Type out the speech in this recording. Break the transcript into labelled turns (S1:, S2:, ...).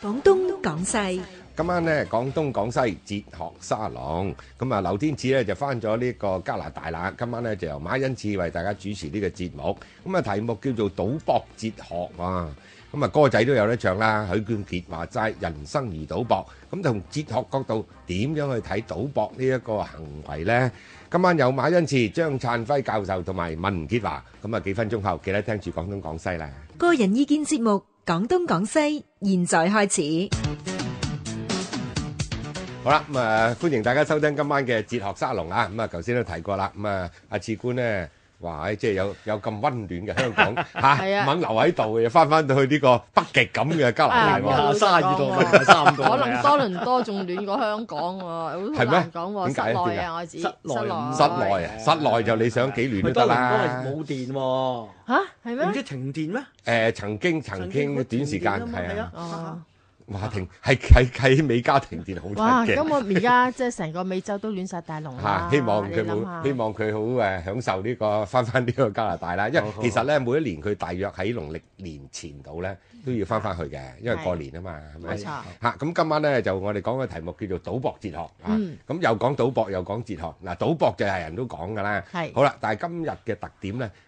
S1: 廣東廣西
S2: 今晚咧廣東廣西哲學沙龍，咁啊劉天賜咧就翻咗呢個加拿大啦。今晚咧就由馬恩賜為大家主持呢個節目，咁啊題目叫做賭博哲學啊。咁啊歌仔都有得唱啦，許冠傑話齋人生如賭博，咁從哲學角度點樣去睇賭博呢一個行為呢？今晚有馬恩賜、張燦輝教授同埋文潔華，咁啊幾分鐘後記得聽住廣東廣西啦。
S1: 個人意見節目《廣東廣西》，現在開始。
S2: 好啦，咁啊，歡迎大家收聽今晚嘅哲學沙龍啊！咁啊，頭先都提過啦，咁啊，阿次官咧話哎誒，即係有有咁温暖嘅香 港
S3: 係
S2: 嚇，
S3: 啊
S2: 唔肯留喺度，又翻翻到去呢個北極咁嘅加拿大喎。
S3: 啊有
S4: 廿三二度，廿三 度，啊
S3: 可能多倫多仲暖過香港喎，好
S2: 啊係咩
S3: 難講
S2: 點
S3: 喎。
S2: 解
S3: 室內
S2: 點解
S3: 啊，我指
S4: 室內
S2: 室內啊，室內就你想幾暖都得啦。
S4: 冇電喎，
S3: 嚇係
S4: 唔
S3: 咩？
S4: 知停電咩？
S2: 誒，曾經曾經短時間係啊，
S3: 哦，
S2: 哇停係喺喺美加停電好
S3: 哇！
S2: 得
S3: 咁
S2: 嘅
S3: 我而家即係成個美洲都亂晒大龍啦
S2: 嚇，。希望
S3: 啊你
S2: 佢
S3: 諗下
S2: 冇希望佢好誒享受呢個翻翻呢個加拿大啦，因為
S4: 好好
S2: 其實咧每一年佢大約喺農曆年前度咧都要翻翻去嘅，因為
S3: 係
S2: 過年啊嘛，係咪
S3: 冇？錯。
S2: 嚇咁今晚咧就我哋講嘅題目叫做賭博哲學啊，
S3: 嗯
S2: 咁又講賭博又講哲學。嗱，賭博就係人都講㗎啦。
S3: 係
S2: 好啦，但係今日嘅特點咧，